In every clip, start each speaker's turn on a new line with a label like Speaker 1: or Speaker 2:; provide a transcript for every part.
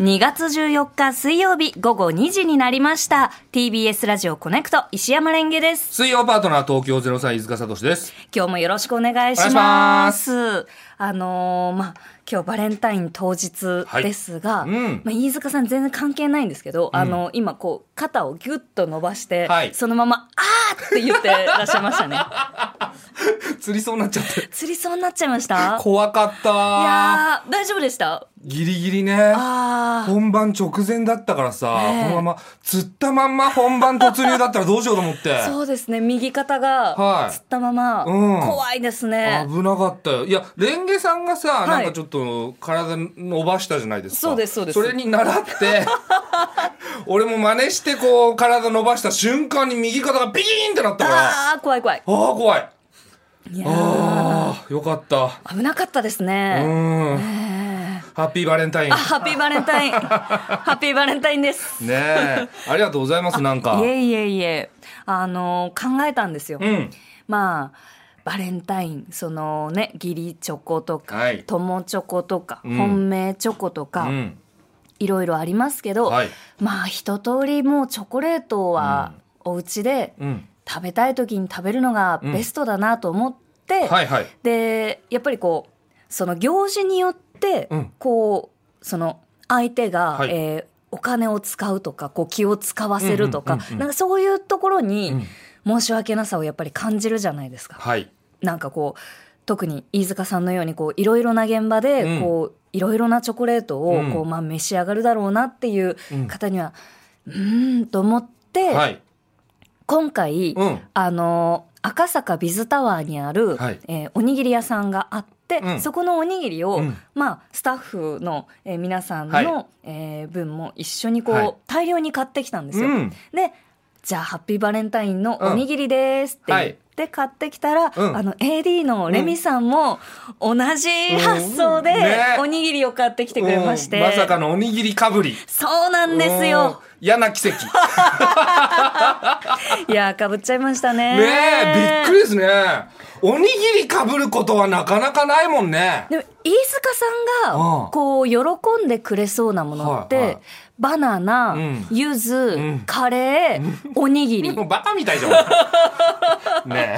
Speaker 1: 2月14日水曜日午後2時になりました TBS ラジオコネクト石山レンゲです
Speaker 2: 水曜パートナー東京ゼロ歳飯塚聡です。
Speaker 1: 今日もよろしくお願いします
Speaker 2: お願いしま
Speaker 1: あのーまあ今日バレンタイン当日
Speaker 2: はい
Speaker 1: ですが、
Speaker 2: うん
Speaker 1: まあ、飯塚さん全然関係ないんですけど、あの今こう肩をギュッと伸ばして、
Speaker 2: はい
Speaker 1: そのまま「あー!」って言ってらっしゃいました ね
Speaker 2: 釣りそうになっちゃって。
Speaker 1: 釣りそうになっちゃいました
Speaker 2: 怖かった
Speaker 1: い
Speaker 2: わ
Speaker 1: やー大丈夫でした
Speaker 2: ー。ギリギリね。
Speaker 1: あー
Speaker 2: 本番直前だったからさ、
Speaker 1: ねえ
Speaker 2: このまま、釣ったまんま本番突入だったらどうしようと思って。
Speaker 1: そうですね右肩が
Speaker 2: はい
Speaker 1: つったまま、
Speaker 2: うん
Speaker 1: 怖いですね
Speaker 2: 危なかったよ。いや、レンゲさんがさ、
Speaker 1: い
Speaker 2: なんかちょっと体伸ばしたじゃないですか。
Speaker 1: そうですそうです
Speaker 2: それに習 って、俺も真似してこう、体伸ばした瞬間に右肩がピキーンってなったから、あ
Speaker 1: ああ怖い怖い
Speaker 2: あー、怖い。
Speaker 1: いやー
Speaker 2: ああ、よかった。
Speaker 1: 危なかったです
Speaker 2: う
Speaker 1: ね、
Speaker 2: ん。ハッピーバレンタイン
Speaker 1: あ。ハッピーバレンタ インハッピーバレンタインです
Speaker 2: ねえ。ありがとうございます、なんか
Speaker 1: い。えいえいえあの考えたんですよ、
Speaker 2: うん。
Speaker 1: まあバレンタインそのね義理チョコとか、
Speaker 2: はい
Speaker 1: 友チョコとか、
Speaker 2: うん
Speaker 1: 本命チョコと
Speaker 2: う
Speaker 1: か、
Speaker 2: ん。
Speaker 1: いろいろありますけど、
Speaker 2: はい。
Speaker 1: まあ一通りもうチョコレートはお家で
Speaker 2: うん。
Speaker 1: 食べたい時に食べるのがベストだなと思って、
Speaker 2: はいはい。
Speaker 1: でやっぱりこうその行事によって、
Speaker 2: うん
Speaker 1: こうその相手が、
Speaker 2: はい
Speaker 1: えーお金を使うとかこう気を使わせるとか、
Speaker 2: うんうんうんうん
Speaker 1: なんかそういうところ
Speaker 2: う
Speaker 1: に
Speaker 2: ん
Speaker 1: 申し訳なさをやっぱり感じるじゃないですか。
Speaker 2: はい。
Speaker 1: なんかこう特に飯塚さんのようにこういろいろな現場で、
Speaker 2: うん
Speaker 1: こういろいろなチョコレートを
Speaker 2: うん
Speaker 1: こう、まあ、召し上がるだろうなっていう
Speaker 2: うん
Speaker 1: 方には、うーんと思って、
Speaker 2: はい。
Speaker 1: 今回、
Speaker 2: うん。
Speaker 1: あの赤坂ビズタワーにある、
Speaker 2: はい
Speaker 1: えーおにぎり屋さんがあって、
Speaker 2: うん
Speaker 1: そこのおにぎりを、
Speaker 2: うん
Speaker 1: まあ、スタッフの、えー皆さんの、
Speaker 2: はい
Speaker 1: えー分も一緒にこう、
Speaker 2: はい
Speaker 1: 大量に買ってきたんです
Speaker 2: う
Speaker 1: よ。
Speaker 2: ん。
Speaker 1: でじゃあハッピーバレンタインのおにぎりですって
Speaker 2: うん
Speaker 1: 言って買ってきたら、
Speaker 2: うん
Speaker 1: あの AD のレミさんも同じ発想で
Speaker 2: うんね
Speaker 1: おにぎりを買ってきてくれまして、
Speaker 2: うんまさかのおにぎりかぶり。
Speaker 1: そうなんですよ
Speaker 2: うん。嫌 な奇跡。ね
Speaker 1: いやーかぶっちゃいましたね
Speaker 2: え、びっくりですね。おにぎりかぶることはなかなかないもんね。
Speaker 1: でも飯塚さん
Speaker 2: あ
Speaker 1: が
Speaker 2: あ
Speaker 1: こう喜んでくれそうなものって、
Speaker 2: はいはい
Speaker 1: バナナ、
Speaker 2: うん
Speaker 1: 柚子、
Speaker 2: ん
Speaker 1: カレー、おにぎり
Speaker 2: もうバカみたいじゃん。 ね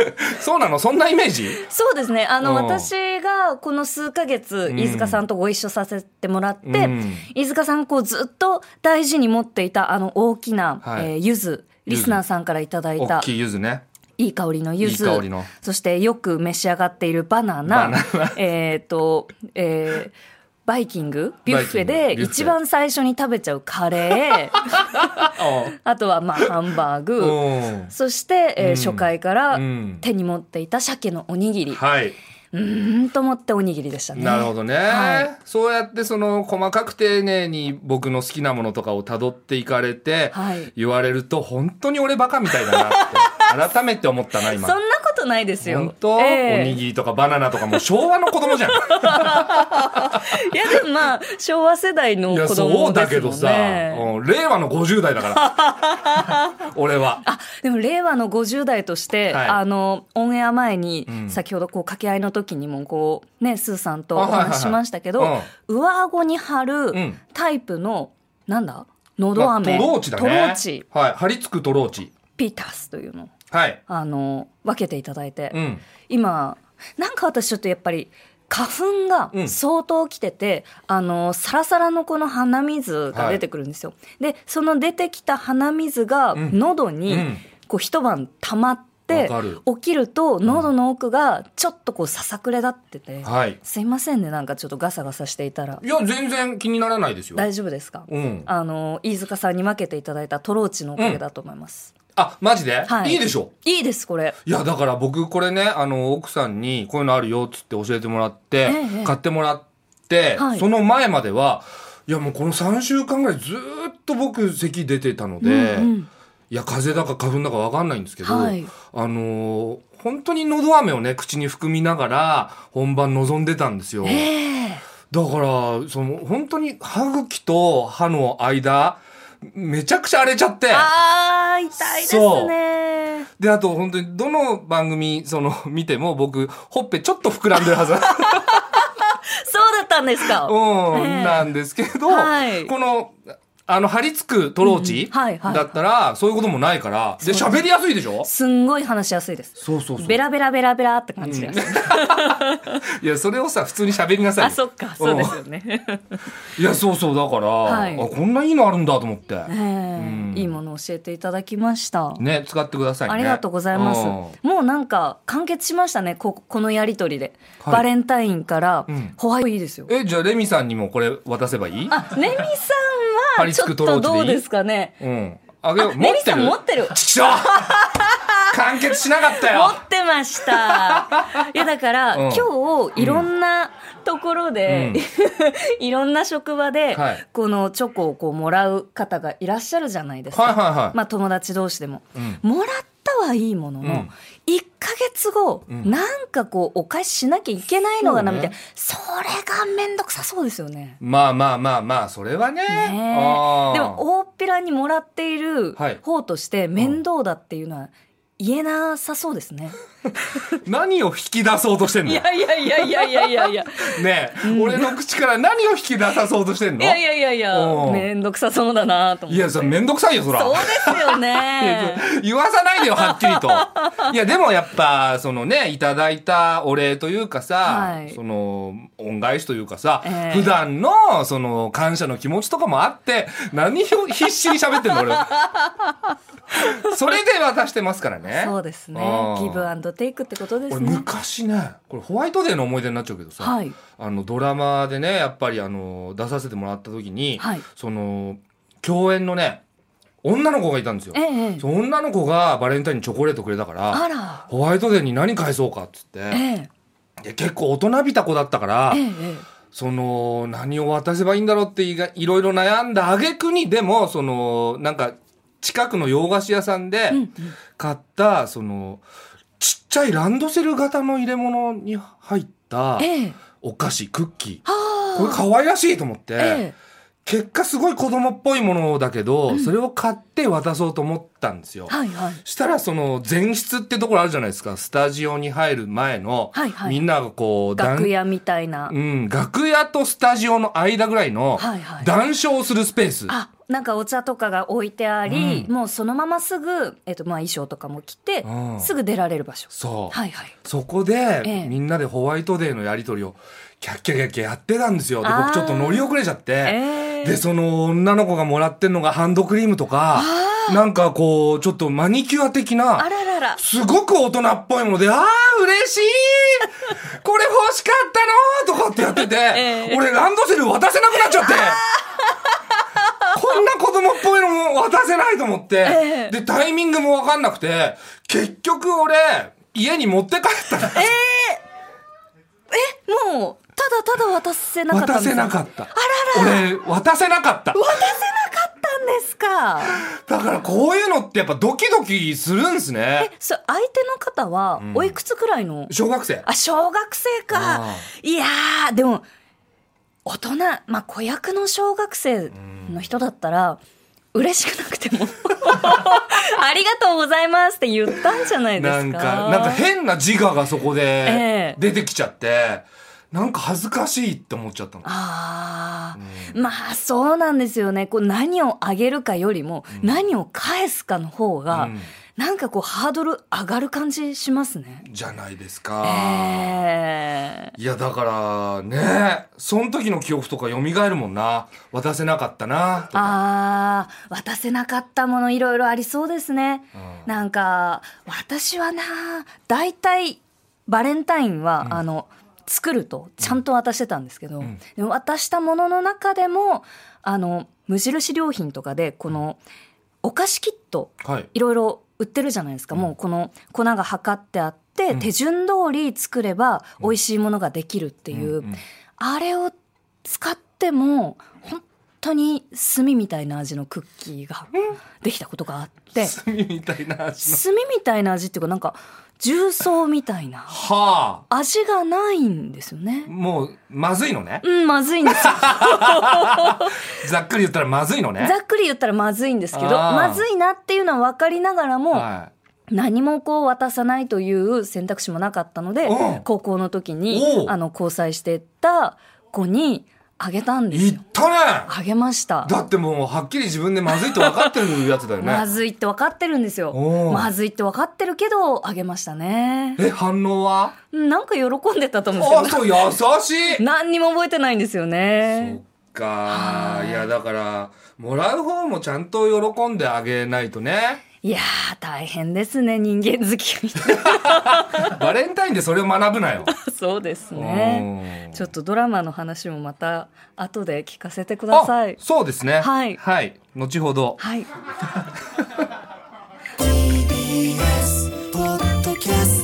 Speaker 2: え。そうなのそんなイメージ
Speaker 1: そうですねあの、
Speaker 2: うん
Speaker 1: 私がこの数ヶ月、
Speaker 2: ん
Speaker 1: 飯塚さんとご一緒させてもらって、
Speaker 2: うん
Speaker 1: 飯塚さんこうずっと大事に持っていたあの大きな、
Speaker 2: はい
Speaker 1: えー柚子リスナーさんからいただい
Speaker 2: 大
Speaker 1: た
Speaker 2: きい柚子ね。
Speaker 1: いい香りの柚子
Speaker 2: いい香りの
Speaker 1: そしてよく召し上がっているバナナ
Speaker 2: バナ
Speaker 1: えっ、と、えーバイキングビュッフェ
Speaker 2: バイ
Speaker 1: で
Speaker 2: キングビュッフェ
Speaker 1: 一番最初に食べちゃうカレ ーあとはまあハンバー
Speaker 2: う
Speaker 1: グ
Speaker 2: ん。
Speaker 1: そして、えー
Speaker 2: うん
Speaker 1: 初回から
Speaker 2: うん
Speaker 1: 手に持っていた鮭のおにぎり
Speaker 2: はい。
Speaker 1: うーんと思っておにぎりでしたね。
Speaker 2: なるほどね、
Speaker 1: は
Speaker 2: そうやってその細かく丁寧に僕の好きなものとかをたどっていかれて、
Speaker 1: はい
Speaker 2: 言われると本当に俺バカみたいだなって改めて思ったな
Speaker 1: そん
Speaker 2: 今
Speaker 1: なことないですよ。
Speaker 2: 本当、
Speaker 1: ええ
Speaker 2: おにぎりとかバナナとかもう昭和の子供じゃん
Speaker 1: いやでもまあ昭和世代の
Speaker 2: いや
Speaker 1: 子
Speaker 2: そ
Speaker 1: 供
Speaker 2: う
Speaker 1: で
Speaker 2: だ
Speaker 1: す
Speaker 2: け
Speaker 1: も
Speaker 2: ど
Speaker 1: ん
Speaker 2: さ、
Speaker 1: ね。
Speaker 2: うん令和の50代だから 俺は
Speaker 1: あでも令和の50代として、
Speaker 2: はい
Speaker 1: あのオンエア前に、
Speaker 2: うん
Speaker 1: 先ほどこう掛け合いの時にもこうねスーさんとお
Speaker 2: あはいはいは
Speaker 1: 話
Speaker 2: い
Speaker 1: ししましたけど、上顎に貼る
Speaker 2: ん
Speaker 1: タイプの、なんだのど飴、
Speaker 2: まあトローチだね
Speaker 1: トローチ
Speaker 2: はい張り付くトローチ
Speaker 1: ピタスというのを
Speaker 2: はい
Speaker 1: あの分けていただいて、
Speaker 2: うん
Speaker 1: 今なんか私ちょっとやっぱり花粉
Speaker 2: う
Speaker 1: が
Speaker 2: ん
Speaker 1: 相当きてて、あのサラサラのこの鼻水が出てくるんですよ、でその出てきた鼻水が
Speaker 2: ん
Speaker 1: 喉に
Speaker 2: うん
Speaker 1: こう一晩溜まって、
Speaker 2: わかる
Speaker 1: 起きると喉の奥がちょっとこうささくれだってて、
Speaker 2: はい
Speaker 1: すいませんねなんかちょっとガサガサしていたら
Speaker 2: いや全然気にならないですよ
Speaker 1: 大丈夫ですか
Speaker 2: うん
Speaker 1: あの飯塚さんに分けていただいたトローチのおかげだと思います、
Speaker 2: あマジで、
Speaker 1: はい
Speaker 2: いいでしょ
Speaker 1: いいですこれ
Speaker 2: いやだから僕これねあの奥さんにこういうのあるよっつって教えてもらって、
Speaker 1: ええ
Speaker 2: 買ってもらって、
Speaker 1: はい
Speaker 2: その前まではいやもうこの3週間ぐらいずーっと僕咳出てたの
Speaker 1: う
Speaker 2: で、
Speaker 1: んうん
Speaker 2: いや風邪だか花粉だか分かんないんですけど、
Speaker 1: はい
Speaker 2: あのー本当に喉飴をね口に含みながら本番望んでたんですよ。
Speaker 1: ええ
Speaker 2: だからその本当に歯茎と歯の間めちゃくちゃ荒れちゃって。
Speaker 1: あー痛いです
Speaker 2: そう
Speaker 1: ね
Speaker 2: で、あと本当にどの 番組、その、見ても僕、ほっぺちょっと膨らんでるはず。
Speaker 1: そうだっったんですか。
Speaker 2: うん、
Speaker 1: ええ
Speaker 2: なんですけど、
Speaker 1: はい
Speaker 2: この、あの、張り付くトローチ、
Speaker 1: うんはいはい
Speaker 2: だったら、そういうこともないから、で、喋りやすいでしょ
Speaker 1: すんごい話しやすいです。
Speaker 2: そうそうそう。
Speaker 1: ベラベラベラベラって感じです。
Speaker 2: いや、それをさ、普通に喋りなさいよ。
Speaker 1: あ、そっか、そうですよ ね。
Speaker 2: いや、そうそう、だから、
Speaker 1: はい
Speaker 2: あ、こんないいのあるんだと思って。
Speaker 1: ええいいものを教えていただきました。
Speaker 2: ね、使ってくださいね。
Speaker 1: ありがとうございます。
Speaker 2: う
Speaker 1: もうなんか完結しましたね。ここのやりとりで、
Speaker 2: はい
Speaker 1: バレンタインから
Speaker 2: うん
Speaker 1: ホワイトいいですよ。
Speaker 2: んえ、じゃあ、レミさんにもこれ渡せばいい
Speaker 1: あ、レミさん
Speaker 2: 張
Speaker 1: は
Speaker 2: り
Speaker 1: ちょ
Speaker 2: 付
Speaker 1: っ
Speaker 2: くトロー
Speaker 1: と
Speaker 2: チでいい
Speaker 1: どうですかね。
Speaker 2: うん。あげよう。
Speaker 1: レミさん持ってる。
Speaker 2: ちく しょう完結しなかった
Speaker 1: 持
Speaker 2: よ
Speaker 1: ってま した。いやだから、
Speaker 2: うん
Speaker 1: 今日いろんなところで、 いろんな職場で、
Speaker 2: はい
Speaker 1: このチョコをこうもらう方がいらっしゃるじゃないですか。
Speaker 2: はいはいはい。
Speaker 1: まあ友達同士でも、
Speaker 2: うん
Speaker 1: もらったはいいもの
Speaker 2: う
Speaker 1: の、
Speaker 2: ん
Speaker 1: 一1ヶ月後、
Speaker 2: ん
Speaker 1: なんかこうお返ししなきゃいけないのがな
Speaker 2: そう
Speaker 1: み
Speaker 2: ね
Speaker 1: たいなそ,、れがめんどくさそうですよね。
Speaker 2: まあまあまあまあ、それはね。
Speaker 1: ねえ
Speaker 2: あー
Speaker 1: でも大っぴらにもらっている
Speaker 2: はい
Speaker 1: 方として面倒だっていうのは言えなさそうですね。
Speaker 2: 何を引き出そうとしてんの
Speaker 1: い
Speaker 2: ね
Speaker 1: やいやいやいやいやいやいや
Speaker 2: え、俺の口から何を引き出さそうとしてんの
Speaker 1: いやいやいやいや
Speaker 2: おう
Speaker 1: めんどくさそうだなと思って
Speaker 2: いやそれめんどくさいよ、そら。
Speaker 1: そうですよね
Speaker 2: 言わさないでよ、はっきりと。いや、でもやっぱ、そのね、いただいたお礼というかさ、
Speaker 1: はい
Speaker 2: その、恩返しというかさ、
Speaker 1: ええ
Speaker 2: 普段の、その、感謝の気持ちとかもあって、何を必死に喋ってんの、俺。 それで渡してますからね。
Speaker 1: そうですね
Speaker 2: あー
Speaker 1: ギブアンドテイクってことです
Speaker 2: 俺
Speaker 1: ね
Speaker 2: 昔ね、これホワイトデーの思い出になっちゃうけどさ、
Speaker 1: はい
Speaker 2: あのドラマでねやっぱりあの出させてもらった時に、
Speaker 1: はい
Speaker 2: その共演のね女の子がいたんですよ
Speaker 1: え。えええ
Speaker 2: その女の子がバレンタインにチョコレートくれたから
Speaker 1: あら
Speaker 2: ホワイトデーに何返そうかっつっ
Speaker 1: え
Speaker 2: て
Speaker 1: え
Speaker 2: で結構大人びた子だったから
Speaker 1: えええ
Speaker 2: その何を渡せばいいんだろうっていがいろいろ悩んだ挙句にでもそのなんか近くの洋菓子屋さんで
Speaker 1: えうん
Speaker 2: 買ったそのちっちゃいランドセル型の入れ物に入った
Speaker 1: ええ
Speaker 2: お菓子クッキー。
Speaker 1: はあ
Speaker 2: これ可愛らしいと思って、
Speaker 1: え
Speaker 2: 結果すごい子供っぽいものだけど、それを買って渡そうと思ったんですよ
Speaker 1: え。はいはい
Speaker 2: したらその前室ってところあるじゃないですかスタジオに入る前の、
Speaker 1: はいはい
Speaker 2: みんながこう
Speaker 1: 楽屋みたいな
Speaker 2: 段うん、楽屋とスタジオの間ぐらいの
Speaker 1: はいはい
Speaker 2: 談笑するスペース、
Speaker 1: あなんかお茶とかが置いてあり、もうそのまますぐ、えっとまあ、衣装とかも着て、
Speaker 2: うん
Speaker 1: すぐ出られる場所
Speaker 2: そう、
Speaker 1: はいはい
Speaker 2: そこで、
Speaker 1: ええ
Speaker 2: みんなでホワイトデーのやり取りをキャッキャキャッキャやってたんですよで
Speaker 1: あー
Speaker 2: 僕ちょっと乗り遅れちゃって、
Speaker 1: ええ
Speaker 2: でその女の子がもらってんのがハンドクリームとかなんかこうちょっとマニキュア的
Speaker 1: あ
Speaker 2: な
Speaker 1: ららら
Speaker 2: すごく大人っぽいものであー嬉しいこれ欲しかったのとかってやってて、
Speaker 1: ええ
Speaker 2: 俺ランドセル渡せなくなっちゃってこんな子供っぽいのも渡せないと思っ
Speaker 1: え
Speaker 2: て、でタイミングも分かんなくて結局俺家に持って帰ったら
Speaker 1: もうただただ渡せなかったん
Speaker 2: 渡
Speaker 1: です
Speaker 2: せなかった俺渡せなかった
Speaker 1: たんですか
Speaker 2: だからこういうのってやっぱドキドキするんですね
Speaker 1: えそう相手の方はおいくつくらいの、
Speaker 2: 小学生
Speaker 1: あ小学生か
Speaker 2: あ
Speaker 1: いやーでも大人まあ子役の小学生の人だったら嬉しくなくて もありがとうございますって言ったんじゃないです
Speaker 2: な
Speaker 1: か
Speaker 2: んかなんか変な自我がそこで
Speaker 1: ええ
Speaker 2: 出てきちゃって、なんか恥ずかしいって思っちゃったの
Speaker 1: ああ、まあそうなんですよね。こう何をあげるかよりも、何を返すかの方が、
Speaker 2: うん
Speaker 1: なんかこうハードル上がる感じしますね。
Speaker 2: じゃないです
Speaker 1: え
Speaker 2: か、
Speaker 1: え
Speaker 2: いやだからねその時の記憶とか蘇るもんな渡せなかったなとか
Speaker 1: ああ、渡せなかったものいろいろありそうですね。
Speaker 2: うん
Speaker 1: なんか、私はな、大体、バレンタインは、あの、作ると、ちゃんと渡してたんですけど、
Speaker 2: ん
Speaker 1: でも渡したものの中でも、あの、無印良品とかで、この、お菓子キット、
Speaker 2: はい
Speaker 1: いろいろ売ってるじゃないですか、もうこの粉が測ってあって、
Speaker 2: うん
Speaker 1: 手順通り作れば美味しいものができるっていう、
Speaker 2: うんうん
Speaker 1: あれを使っても本当に炭みたいな味のクッキーができたことがあって、
Speaker 2: 罪みたいな味の
Speaker 1: 炭みたいな味っていうかなんか重曹みたいな
Speaker 2: は
Speaker 1: 味がないんですよね
Speaker 2: あ。もうまずい のね
Speaker 1: うん、まずいんですよ。
Speaker 2: ざっくり言ったらまずいのね
Speaker 1: ざっくり言ったらまずいんですけど、
Speaker 2: あー
Speaker 1: まずいなっていうのは分かりながらも、
Speaker 2: は
Speaker 1: 何もこう渡さないという選択肢もなかったので
Speaker 2: うん
Speaker 1: 高校の時
Speaker 2: お
Speaker 1: に
Speaker 2: う
Speaker 1: あの交際してた子にあげたんです
Speaker 2: 言
Speaker 1: よ
Speaker 2: ったね
Speaker 1: あげました
Speaker 2: だってもうはっきり自分でまずいって分かってるやつだよ
Speaker 1: ま
Speaker 2: ね
Speaker 1: ずいって分かってるんですよ
Speaker 2: おう
Speaker 1: まずいって分かってるけどあげましたね
Speaker 2: え反応は
Speaker 1: なんか喜んでたと思うんです
Speaker 2: あ
Speaker 1: けど
Speaker 2: そう優 しい
Speaker 1: 何にも覚えてないんですよ
Speaker 2: そ
Speaker 1: ね
Speaker 2: っか
Speaker 1: はい
Speaker 2: いやだからもらう方もちゃんと喜んであげないと ね
Speaker 1: いやー大変ですね人間好きみたい
Speaker 2: バレンタインでそれを学ぶなよ、
Speaker 1: な そうですね
Speaker 2: うん
Speaker 1: ちょっとドラマの話もまた後で聞かせてください
Speaker 2: あそうですね
Speaker 1: はい
Speaker 2: はい、後ほど
Speaker 1: はい
Speaker 3: TBS ポッドキャスト